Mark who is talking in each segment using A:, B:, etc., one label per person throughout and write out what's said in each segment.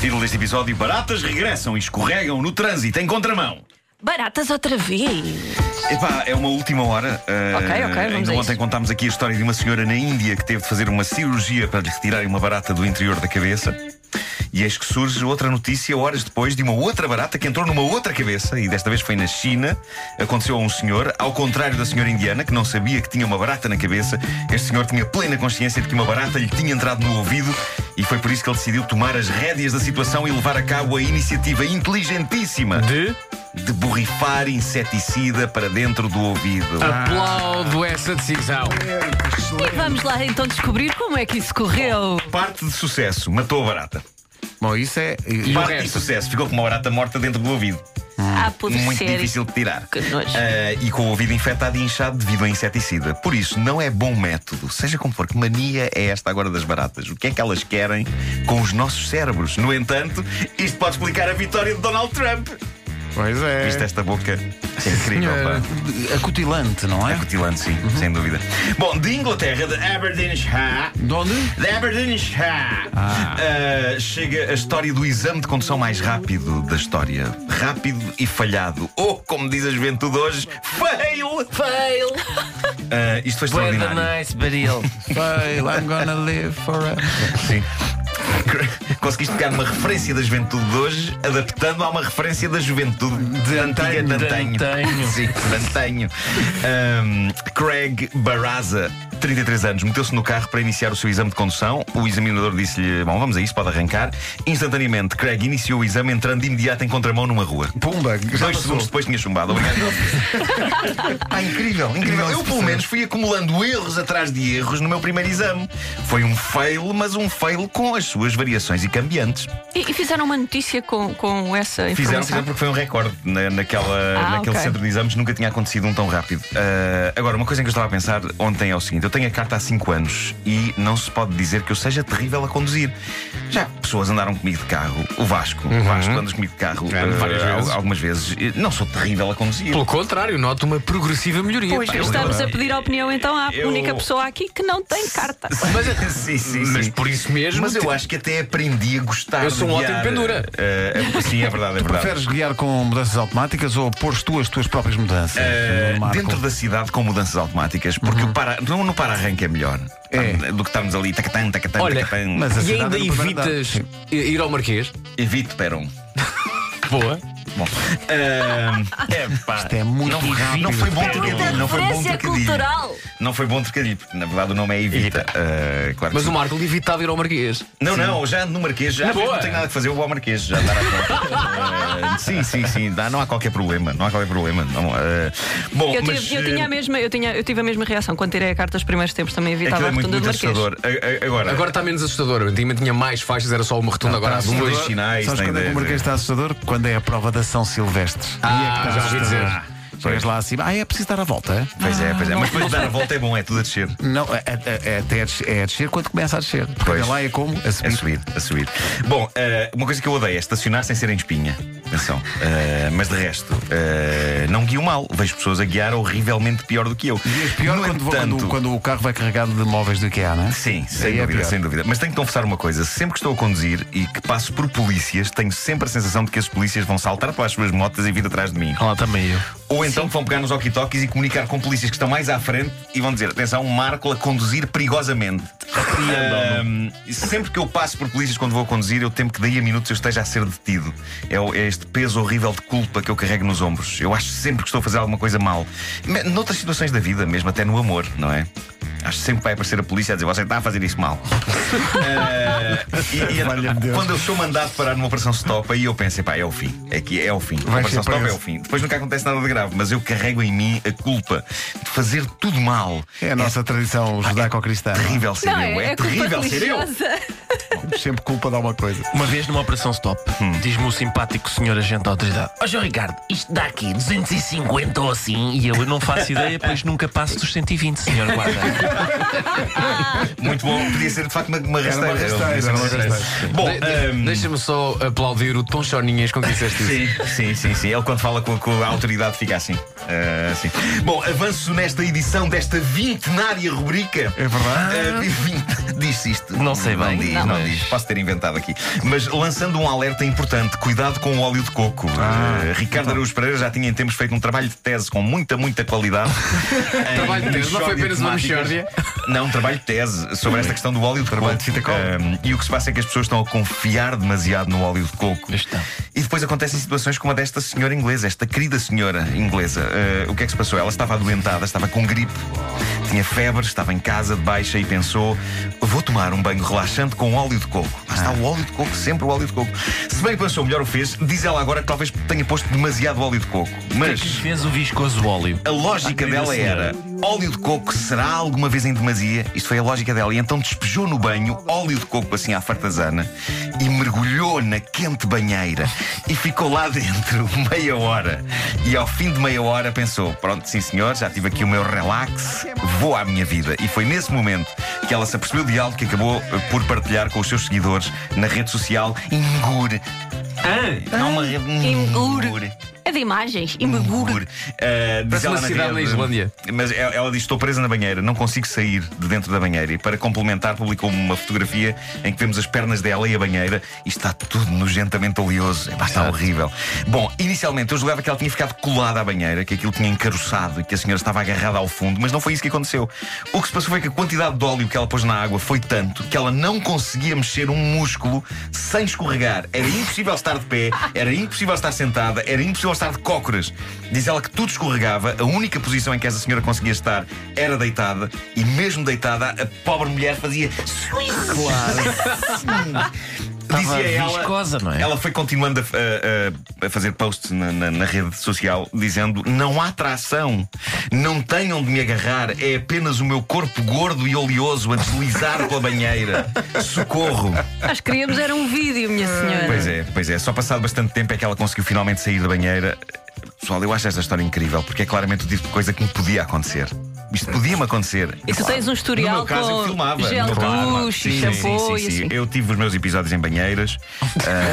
A: título deste episódio: Baratas regressam e escorregam no trânsito em contramão.
B: Baratas outra vez.
A: Epá, é uma última hora. Uh,
B: Ok, ok, vamos
A: ainda
B: a
A: ontem
B: isso.
A: contámos aqui a história de uma senhora na Índia que teve de fazer uma cirurgia para lhe retirar uma barata do interior da cabeça. E eis que surge outra notícia horas depois de uma outra barata que entrou numa outra cabeça, e desta vez foi na China. Aconteceu a um senhor, ao contrário da senhora indiana, que não sabia que tinha uma barata na cabeça, este senhor tinha plena consciência de que uma barata lhe tinha entrado no ouvido, e foi por isso que ele decidiu tomar as rédeas da situação e levar a cabo a iniciativa inteligentíssima
C: De?
A: de borrifar inseticida para dentro do ouvido.
C: Ah. Aplaudo essa decisão.
B: E vamos lá então descobrir como é que isso correu.
A: Parte de sucesso, matou a barata.
D: Bom, isso é.
C: E o
A: Parte de
C: resto?
A: sucesso, ficou com uma barata morta dentro do ouvido.
B: Ah, pode
A: Muito
B: ser.
A: difícil de tirar.
B: Que nojo.
A: Ah, e com o ouvido infectado e inchado devido a inseticida. Por isso, não é bom método. Seja como for, que mania é esta agora das baratas? O que é que elas querem com os nossos cérebros? No entanto, isto pode explicar a vitória de Donald Trump.
D: Pois é.
A: Viste esta boca? É incrível, pá.
D: Senhor, acutilante, não
A: É
D: é?
A: cutilante, sim, sem dúvida. Bom, de Inglaterra, de Aberdeenshire.
D: De onde?
A: De Aberdeenshire Uh, chega a história do exame de condução mais rápido da história. Rápido e falhado. Ou, como diz a juventude hoje, fail!
B: Fail.
A: Uh, isto foi extraordinário.
C: nice, Baril.
D: Fail, I'm gonna live forever.
A: Sim. Conseguiste pegar uma referência da juventude de hoje, adaptando a uma referência da juventude de antiga de antanho.
C: de antanho.
A: Sim, de antanho. Um, Craig Barraza. 33 anos, meteu-se no carro para iniciar o seu exame de condução. O examinador disse-lhe: Bom, vamos a isso, pode arrancar. Instantaneamente, Craig iniciou o exame entrando de imediato em contramão numa rua.
D: Pumba, já
A: Dois
D: passou.
A: segundos depois tinha chumbado. Obrigado. ah, incrível, incrível. Eu, pelo menos, fui acumulando erros atrás de erros no meu primeiro exame. Foi um fail, mas um fail com as suas variações e cambiantes.
B: E, e fizeram uma notícia com, com essa
A: Fizeram,
B: informação?
A: fizeram porque foi um recorde na- naquela,
B: Ah,
A: naquele
B: ok.
A: centro de exames, nunca tinha acontecido um tão rápido. Ah, agora, uma coisa em que eu estava a pensar ontem é o seguinte: eu tenho a carta há 5 anos e não se pode dizer que eu seja terrível a conduzir. Já pessoas andaram comigo de carro, o Vasco,
C: Uhum.
A: o Vasco andas comigo de carro
D: Já,
A: ah,
D: várias
A: al-
D: vezes.
A: algumas vezes. E Não sou terrível a conduzir.
C: É, Pelo contrário, noto uma progressiva melhoria.
A: Pois,
C: pá.
A: eu
B: Estamos a pedir a opinião então à
A: Eu-
B: única pessoa aqui que não tem carta.
A: Mas, sim, sim,
C: Mas
A: sim.
C: por isso mesmo.
A: Mas eu
C: tipo,
A: acho que até aprendi a gostar
C: Eu sou
A: de
C: um
A: guiar.
C: ótimo pendura.
A: Ah, ah, sim, é verdade, é verdade.
D: Preferes guiar com mudanças automáticas ou pôres tu as tuas próprias mudanças?
A: Uh,
D: Marco?
A: dentro da cidade com mudanças automáticas, porque o para, no, no para-arranque é melhor
D: É.
A: do que estarmos ali tacatã, tacatã,
C: Olha,
A: tacatã.
D: mas a
C: E
D: cidade
C: ainda
D: é no primeiro andar.
C: evitas
D: Sim.
C: ir ao Marquês.
A: evite Perón.
C: Boa.
A: Bom, uh, epá,
D: Isto é muito
A: não,
D: rápido.
A: não foi bom
B: É muita
A: trocadilho. Não foi bom
B: referência
A: trocadilho.
B: cultural.
A: é- Não foi bom trocadilho, porque na verdade o nome é Evita. Uh, claro que
C: Mas
A: sim.
C: o Marco evitava ir ao Marquês.
A: Não, não, já ando no Marquês, já
C: Na boa.
A: não tenho nada que fazer, eu vou ao Marquês, já andar à conta. Eh, Sim, sim, sim, dá- não há qualquer problema, não há qualquer problema. Não, eh, bom,
B: Eu, tive,
A: mas,
B: eu,
A: eh,
B: tinha a mesma, eu, tinha, eu tive a mesma reação quando tirei a carta os primeiros tempos, também
A: aquilo
B: evitava a
A: é muito,
B: rotunda do
A: muito
B: Marquês.
A: assustador. A- a- Agora,
C: Agora está menos assustador. Antigamente tinha mais faixas, era só uma rotunda,
D: Tá,
C: agora há
A: Os dois
C: duas.
A: sinais
D: Sabes
A: têm
D: quando é que o
A: de-
D: Marquês está assustador? Quando é a prova da São Silvestre. é
C: Ah, já ouvi dizer.
D: Chegas lá acima, ah, é preciso dar a volta? é?
A: Pois é, pois é. Mas depois de
B: Ah.
A: dar a volta é bom, é tudo a descer.
D: Não, é, é, é, até a des- é a descer quando começa a descer. Porque
A: Pois.
D: olha lá é como? A
A: A
D: subir.
A: subir, a subir. Bom, eh, uma coisa que eu odeio é estacionar sem ser em espinha. Atenção. Eh, mas de resto, eh, não guio mal. Vejo pessoas a guiar horrivelmente pior do que eu.
D: Dias pior
A: É no
D: quando, vou-
A: entanto,
D: quando, quando o carro vai carregado de móveis do IKEA, não é?
A: Sim, sem
D: Aí é
A: dúvida,
D: pior.
A: sem dúvida. Mas tenho que confessar uma coisa: sempre que estou a conduzir e que passo por polícias, tenho sempre a sensação de que esses polícias vão saltar para as suas motas e vir atrás de mim.
C: Ah, também eu.
A: Ou então que vão pegar nos walkie-talkies e comunicar com polícias que estão mais à frente e vão dizer: atenção, Marco a conduzir perigosamente. Ahm, sempre que eu passo por polícias quando vou a conduzir, eu temo que daí a minutos eu esteja a ser detido. É, o- é este peso horrível de culpa que eu carrego nos ombros. Eu acho sempre que estou a fazer alguma coisa mal. Me- Noutras situações da vida, mesmo até no amor, não é? Acho que sempre que vai aparecer a polícia a dizer você está a fazer isso mal. Ah, e- e- quando eu sou mandado parar numa operação stop, aí eu penso, pá, é o fim. É que é o fim. A
D: Vais
A: operação
D: ser
A: stop é
D: preso.
A: o fim. Depois nunca acontece nada de grave, mas eu carrego em mim a culpa de fazer tudo mal.
D: É a nossa tradição judaico-cristã. não é?
A: Ah, terrível ser
B: Não,
A: eu.
B: é,
A: É,
B: é culpa
A: terrível ser eu.
B: religiosa.
D: Sempre culpa de alguma coisa.
E: Uma vez numa operação stop,
A: Hum.
E: diz-me o simpático senhor agente da autoridade: Ó João Ricardo, isto dá aqui 250 ou assim? E eu, eu não faço ideia, pois nunca passo dos 120, senhor guarda.
A: Muito bom. Podia ser de facto uma, uma
D: Era uma
A: rasteira.
D: rasteira,
A: Podia ser uma
D: era uma
A: rasteira. Bom, ehm,
C: De- de-
A: ahm,
C: Deixa-me só aplaudir o Tom Choninhas com que disseste isso.
A: Sim, sim, sim, sim. Ele quando fala com, com a autoridade fica assim. Ah, sim. Bom, avanço nesta edição desta vintenária rubrica.
D: É verdade?
A: Ah, vinte- Diz-se isto.
E: Não sei bem.
A: diz. diz, não,
B: Não.
A: diz. Posso ter inventado aqui. Mas lançando um alerta importante: cuidado com o óleo de coco. Eh, Ricardo Araújo Pereira já tinha em tempos feito um trabalho de tese com muita, muita qualidade. em
C: Trabalho de tese, não foi
A: mixórdia
C: apenas uma
A: temáticas.
C: mexórdia?
A: Não, um trabalho de tese sobre esta questão do óleo de
D: Trabalho
A: coco.
D: de fita cola.
A: Ahm, e o que se passa é que as pessoas estão a confiar demasiado no óleo de coco.
E: Estão.
A: E depois acontecem situações como a desta senhora inglesa, esta querida senhora inglesa. Eh, o que é que se passou? Ela estava adoentada, estava com gripe, tinha febre, estava em casa de baixa e pensou: vou tomar um banho relaxante com óleo de coco. Lá está o óleo de coco, sempre o óleo de coco. Se bem pensou, melhor o fez, diz ela agora que talvez tenha posto demasiado óleo de coco.
D: é
A: Mas.
E: Fez o viscoso óleo.
A: A lógica
E: querida
A: dela era óleo de coco será alguma vez em demasia? Isto foi a lógica dela. E então despejou no banho óleo de coco assim à fartazana e mergulhou na quente banheira e ficou lá dentro meia hora. E ao fim de meia hora pensou: pronto, sim senhor, já tive aqui o meu relax, vou à minha vida. E foi nesse momento que ela se apercebeu de algo que acabou eh, por partilhar com os seus seguidores na rede social Ingur. Não uma rede.
B: Ingur. É de imagens. E meguro.
A: Gur. Uh, diz
C: Parece
A: ela
C: uma
A: na
C: cidade
A: rede,
C: na Islândia.
A: Mas ela, ela diz: Estou presa na banheira, não consigo sair de dentro da banheira. E para complementar, publicou uma fotografia em que vemos as pernas dela e a banheira e está tudo nojentamente oleoso. É bastante horrível. Bom, inicialmente eu julgava que ela tinha ficado colada à banheira, que aquilo tinha encaroçado e que a senhora estava agarrada ao fundo, mas não foi isso que aconteceu. O que se passou foi que a quantidade de óleo que ela pôs na água foi tanto que ela não conseguia mexer um músculo sem escorregar. Era impossível estar de pé, era impossível estar sentada, era impossível estar de cócoras. Diz ela que tudo escorregava, a única posição em que essa senhora conseguia estar era deitada, e mesmo deitada, a pobre mulher fazia. Claro.
E: Estava
A: Dizia ela,
E: viscosa, não é?
A: ela foi continuando a, a- a- a fazer posts na, na- na rede social dizendo: Não há tração, não tenham de me agarrar, é apenas o meu corpo gordo e oleoso a deslizar pela banheira. Socorro!
B: Nós queríamos era um vídeo, minha senhora.
A: Pois é, pois é. Só passado bastante tempo é que ela conseguiu finalmente sair da banheira. Pessoal, eu acho esta história incrível, porque é claramente o tipo de coisa que me podia acontecer. Isto podia-me acontecer.
B: E tu tens um
A: No
B: historial
A: meu caso,
B: com
A: eu filmava.
B: gel
A: No- Claro, claro.
B: duche,
A: Sim,
B: shampoo
A: sim, sim,
B: e
A: sim.
B: assim.
A: Eu tive os meus episódios em banheiras.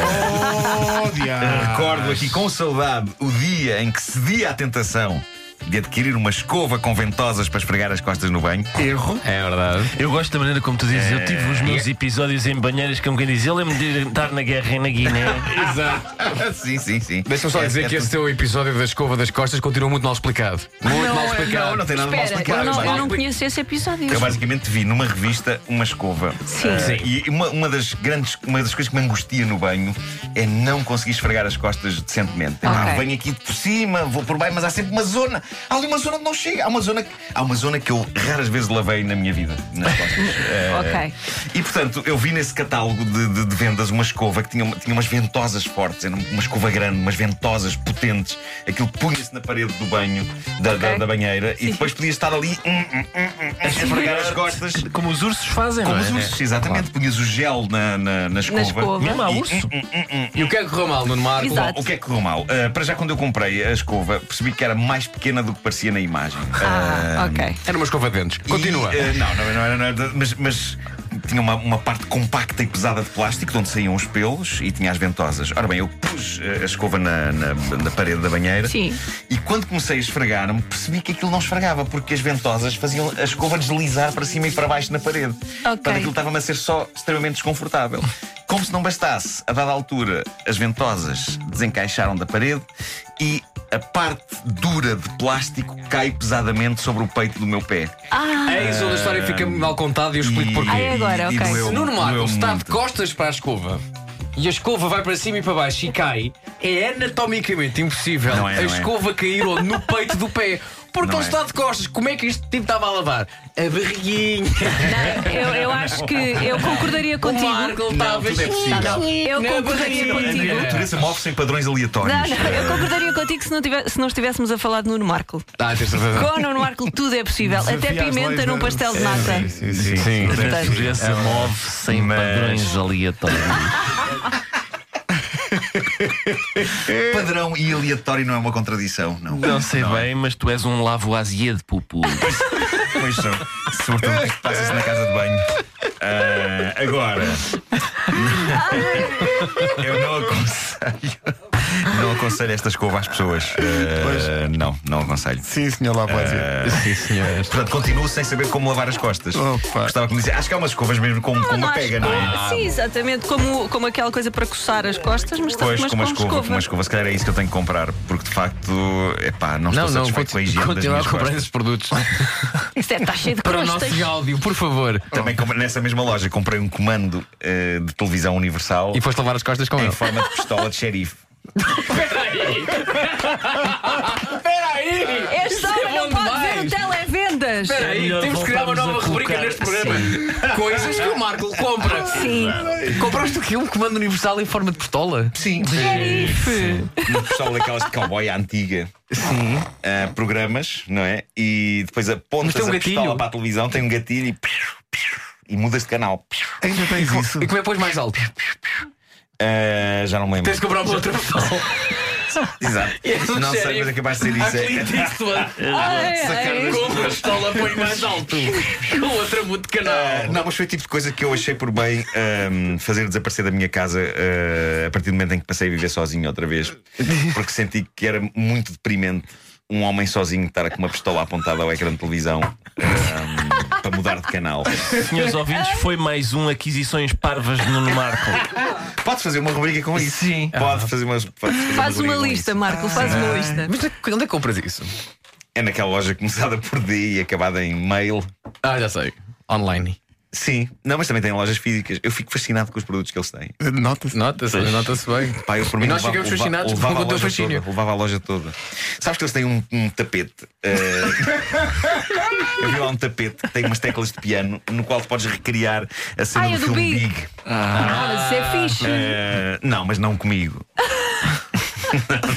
D: Oh,
C: Ah,
A: Recordo aqui com saudade o dia em que cedi à tentação de adquirir uma escova com ventosas para esfregar as costas no banho.
D: Erro.
C: É verdade.
E: Eu gosto da maneira como tu dizes. Eu tive os
A: É.
E: meus episódios em banheiras, como quem diz. Eu lembro de estar na guerra e na Guiné.
C: Exato.
A: sim, sim, sim.
C: Deixa-me só
A: É-
C: dizer
A: é
C: que esse teu episódio da escova das costas continua muito mal explicado. Muito
B: Não,
C: mal
B: é,
C: explicado.
A: Não, não tem nada de mal
B: Espera, eu
A: explicado.
B: não,
A: mas-
B: eu não conheço esse episódio.
A: Eu basicamente vi numa revista uma escova.
B: Sim.
A: Eh,
E: Sim.
A: E uma, uma das grandes uma das coisas que me angustia no banho é não conseguir esfregar as costas decentemente. Epá,
B: Ok.
A: venho aqui por cima, vou por baixo, mas há sempre uma zona. Há ali uma zona onde não chega. Há uma zona, que- há uma zona que eu raras vezes lavei na minha vida, nas costas. Eh,
B: Ok.
A: E portanto, eu vi nesse catálogo de, de- de vendas uma escova que tinha, uma- tinha umas ventosas fortes, era uma escova grande, umas ventosas potentes, aquilo que punha-se na parede do banho, da, da-
B: Ok.
A: da banheira,
B: Sim. Assim,
A: e depois podia estar ali hum, hum, hum, hum, a esfregar as costas.
E: Como os ursos fazem,
A: Como
E: não é?
A: os ursos, exatamente, punhas o gel na, na, na escova.
B: escova.
E: Mesmo há
A: E- hum,
E: urso.
C: E o que é que correu mal, Nuno Marco?
B: Exato.
A: O que é que correu mal? Ah, para já, quando eu comprei a escova, percebi que era mais pequena do que parecia na imagem.
B: Ah, ok.
C: Era uma escova de dentes.
A: E,
C: Continua.
A: eh, não, não, não era, não era- mas, mas tinha uma, uma parte compacta e pesada de plástico de onde saíam os pelos e tinha as ventosas. Ora bem, eu pus eh, a escova na, na- na parede da banheira
B: Sim.
A: e quando comecei a esfregar-me percebi que aquilo não esfregava porque as ventosas faziam a escova deslizar para cima e para baixo na parede. Portanto, aquilo estava-me a ser só extremamente desconfortável. Como se não bastasse, a dada altura, as ventosas desencaixaram da parede e a parte dura de plástico cai pesadamente sobre o peito do meu pé.
B: Ah,
C: Eis onde É a história fica mal contada e eu explico porquê.
B: Ah, é agora, ok.
C: Se
A: doeu-
C: Nuno
A: doeu
C: Marcos está de
A: muito.
C: costas para a escova e a escova vai para cima e para baixo e cai, é anatomicamente impossível
A: Não é, não
C: a
A: é.
C: escova cair ou no peito do pé. Porque
A: Não
C: ele
A: é.
C: está de costas. Como é que este tipo estava a lavar? A barriguinha.
B: não, eu, eu acho que eu concordaria
C: O
B: contigo. Tá,
C: Marco ele estava.
A: tudo é possível.
C: Não, não.
B: Eu
C: Na
B: concordaria
C: barriga.
A: A
B: contigo.
A: natureza move sem padrões aleatórios.
B: Não, não, eu concordaria contigo se não, tiver, se não estivéssemos a falar de Nuno Marco.
C: Ah, tens razão.
B: Com o Nuno Marco tudo é possível. Até
D: Desafiar as
B: pimenta
D: leis
B: num
D: da-
B: pastel de nata.
D: Sim,
A: né? É, Sim, sim.
E: A
B: Portanto,
E: natureza move sem
A: É Mas-
E: padrões aleatórios.
A: Padrão e aleatório não é uma contradição, não.
E: Não sei bem, mas tu és um lavoisier de pupu.
A: Pois são. Sobretudo o é que passa-se na casa de banho. Ah, agora. Eu não aconselho. Não aconselho esta escova às pessoas. Ah, não, não aconselho.
D: Sim, senhor lá pode ser.
A: Ah,
E: Sim, senhor.
A: Portanto, continuo sem saber como lavar as costas.
D: Opa.
A: Gostava que me dissesse. Acho que há umas escovas mesmo com, com uma
B: há
A: pega, não
B: escova.
A: é?
B: Sim, exatamente. Como, como aquela coisa para coçar as costas, mas
A: Pois,
B: também
A: com uma escova, com uma escova, se calhar é isso que eu tenho que comprar, porque de facto, epá, não estou
F: Não, não,
A: satisfeito com a
F: continu-
A: higiene das
F: continuar
A: minhas
F: a comprar
A: costas.
F: esses produtos.
B: Isso deve estar é, cheio de
F: Para o
B: crostas.
F: nosso áudio, por favor.
A: Também comprei- nessa mesma loja comprei um comando eh, de televisão universal
F: E foste lavar as costas com
A: em
F: ele.
A: forma de pistola de xerife.
C: Espera
A: É
C: aí!
B: Este homem não pode ver o
C: demais.
B: televendas.
C: Espera aí,
E: melhor
C: temos que criar uma
E: voltarmos
C: nova
E: a
C: rubrica
E: colocar-
C: neste programa. Coisas que o Marco compra.
B: Sim.
F: Compraste o quê? Um comando universal em forma de pistola?
A: Sim, uma pistola daquelas de cowboy à antiga.
F: Sim.
A: Ah, programas, não é? E depois apontas
F: tem um
A: a pistola
F: gatilho?
A: para a televisão, tem um gatilho e, piu, piu, e mudas de canal. Piu.
D: Ainda tens isso.
F: E como é que pões mais alto?
A: Ah, já não me lembro.
C: Tens de comprar uma outra pessoa.
A: Exato.
C: És um
A: Não sei,
C: xerife.
A: mas é capaz de ser
C: Há
A: isso. É-
C: Clint Eastwood.
B: Ai, ai.
C: Com uma pistola põe mais alto. Com outra muda de
A: Ah,
C: canal.
A: não, mas foi o tipo de coisa que eu achei por bem ahm, fazer desaparecer da minha casa ah, a partir do momento em que passei a viver sozinho outra vez, porque senti que era muito deprimente um homem sozinho estar com uma pistola apontada ao ecrã de televisão ahm, para mudar de canal.
E: Senhores ouvintes, foi mais um Aquisições Parvas de Nuno Marco.
A: Podes fazer uma rubrica com isso?
E: Sim.
A: Pode fazer umas. pode fazer
B: Faz uma
A: rubrica com
B: lista,
A: isso.
B: Marco, faz uma lista.
F: Mas onde é que compras isso?
A: É naquela loja começada por D e acabada em mail.
F: Ah, já sei. Online.
A: Sim, não, mas também tem lojas físicas. Eu fico fascinado com os produtos que eles têm.
D: Nota-se.
F: Nota-se, nota-se bem.
A: Pá, eu por
F: E
A: mim
F: nós
A: levava-
F: ficamos
A: leva-
F: fascinados
A: levava
F: com o
A: a
F: teu
A: loja
F: fascínio.
A: toda, Levava a loja toda. Sabes que eles têm um, um tapete. eh, eu vi lá um tapete que tem umas teclas de piano no qual tu podes recriar a cena
B: Ah, é
A: do,
B: do
A: filme
B: Big.
A: Big.
B: Ah, mas isso é fixe.
A: Eh, não, mas não comigo.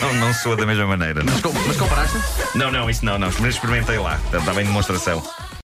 A: não, não soa da mesma maneira. Não,
F: Mas com- mas compraste?
A: não, não isso não, não. Primeiro experimentei lá. Estava em demonstração.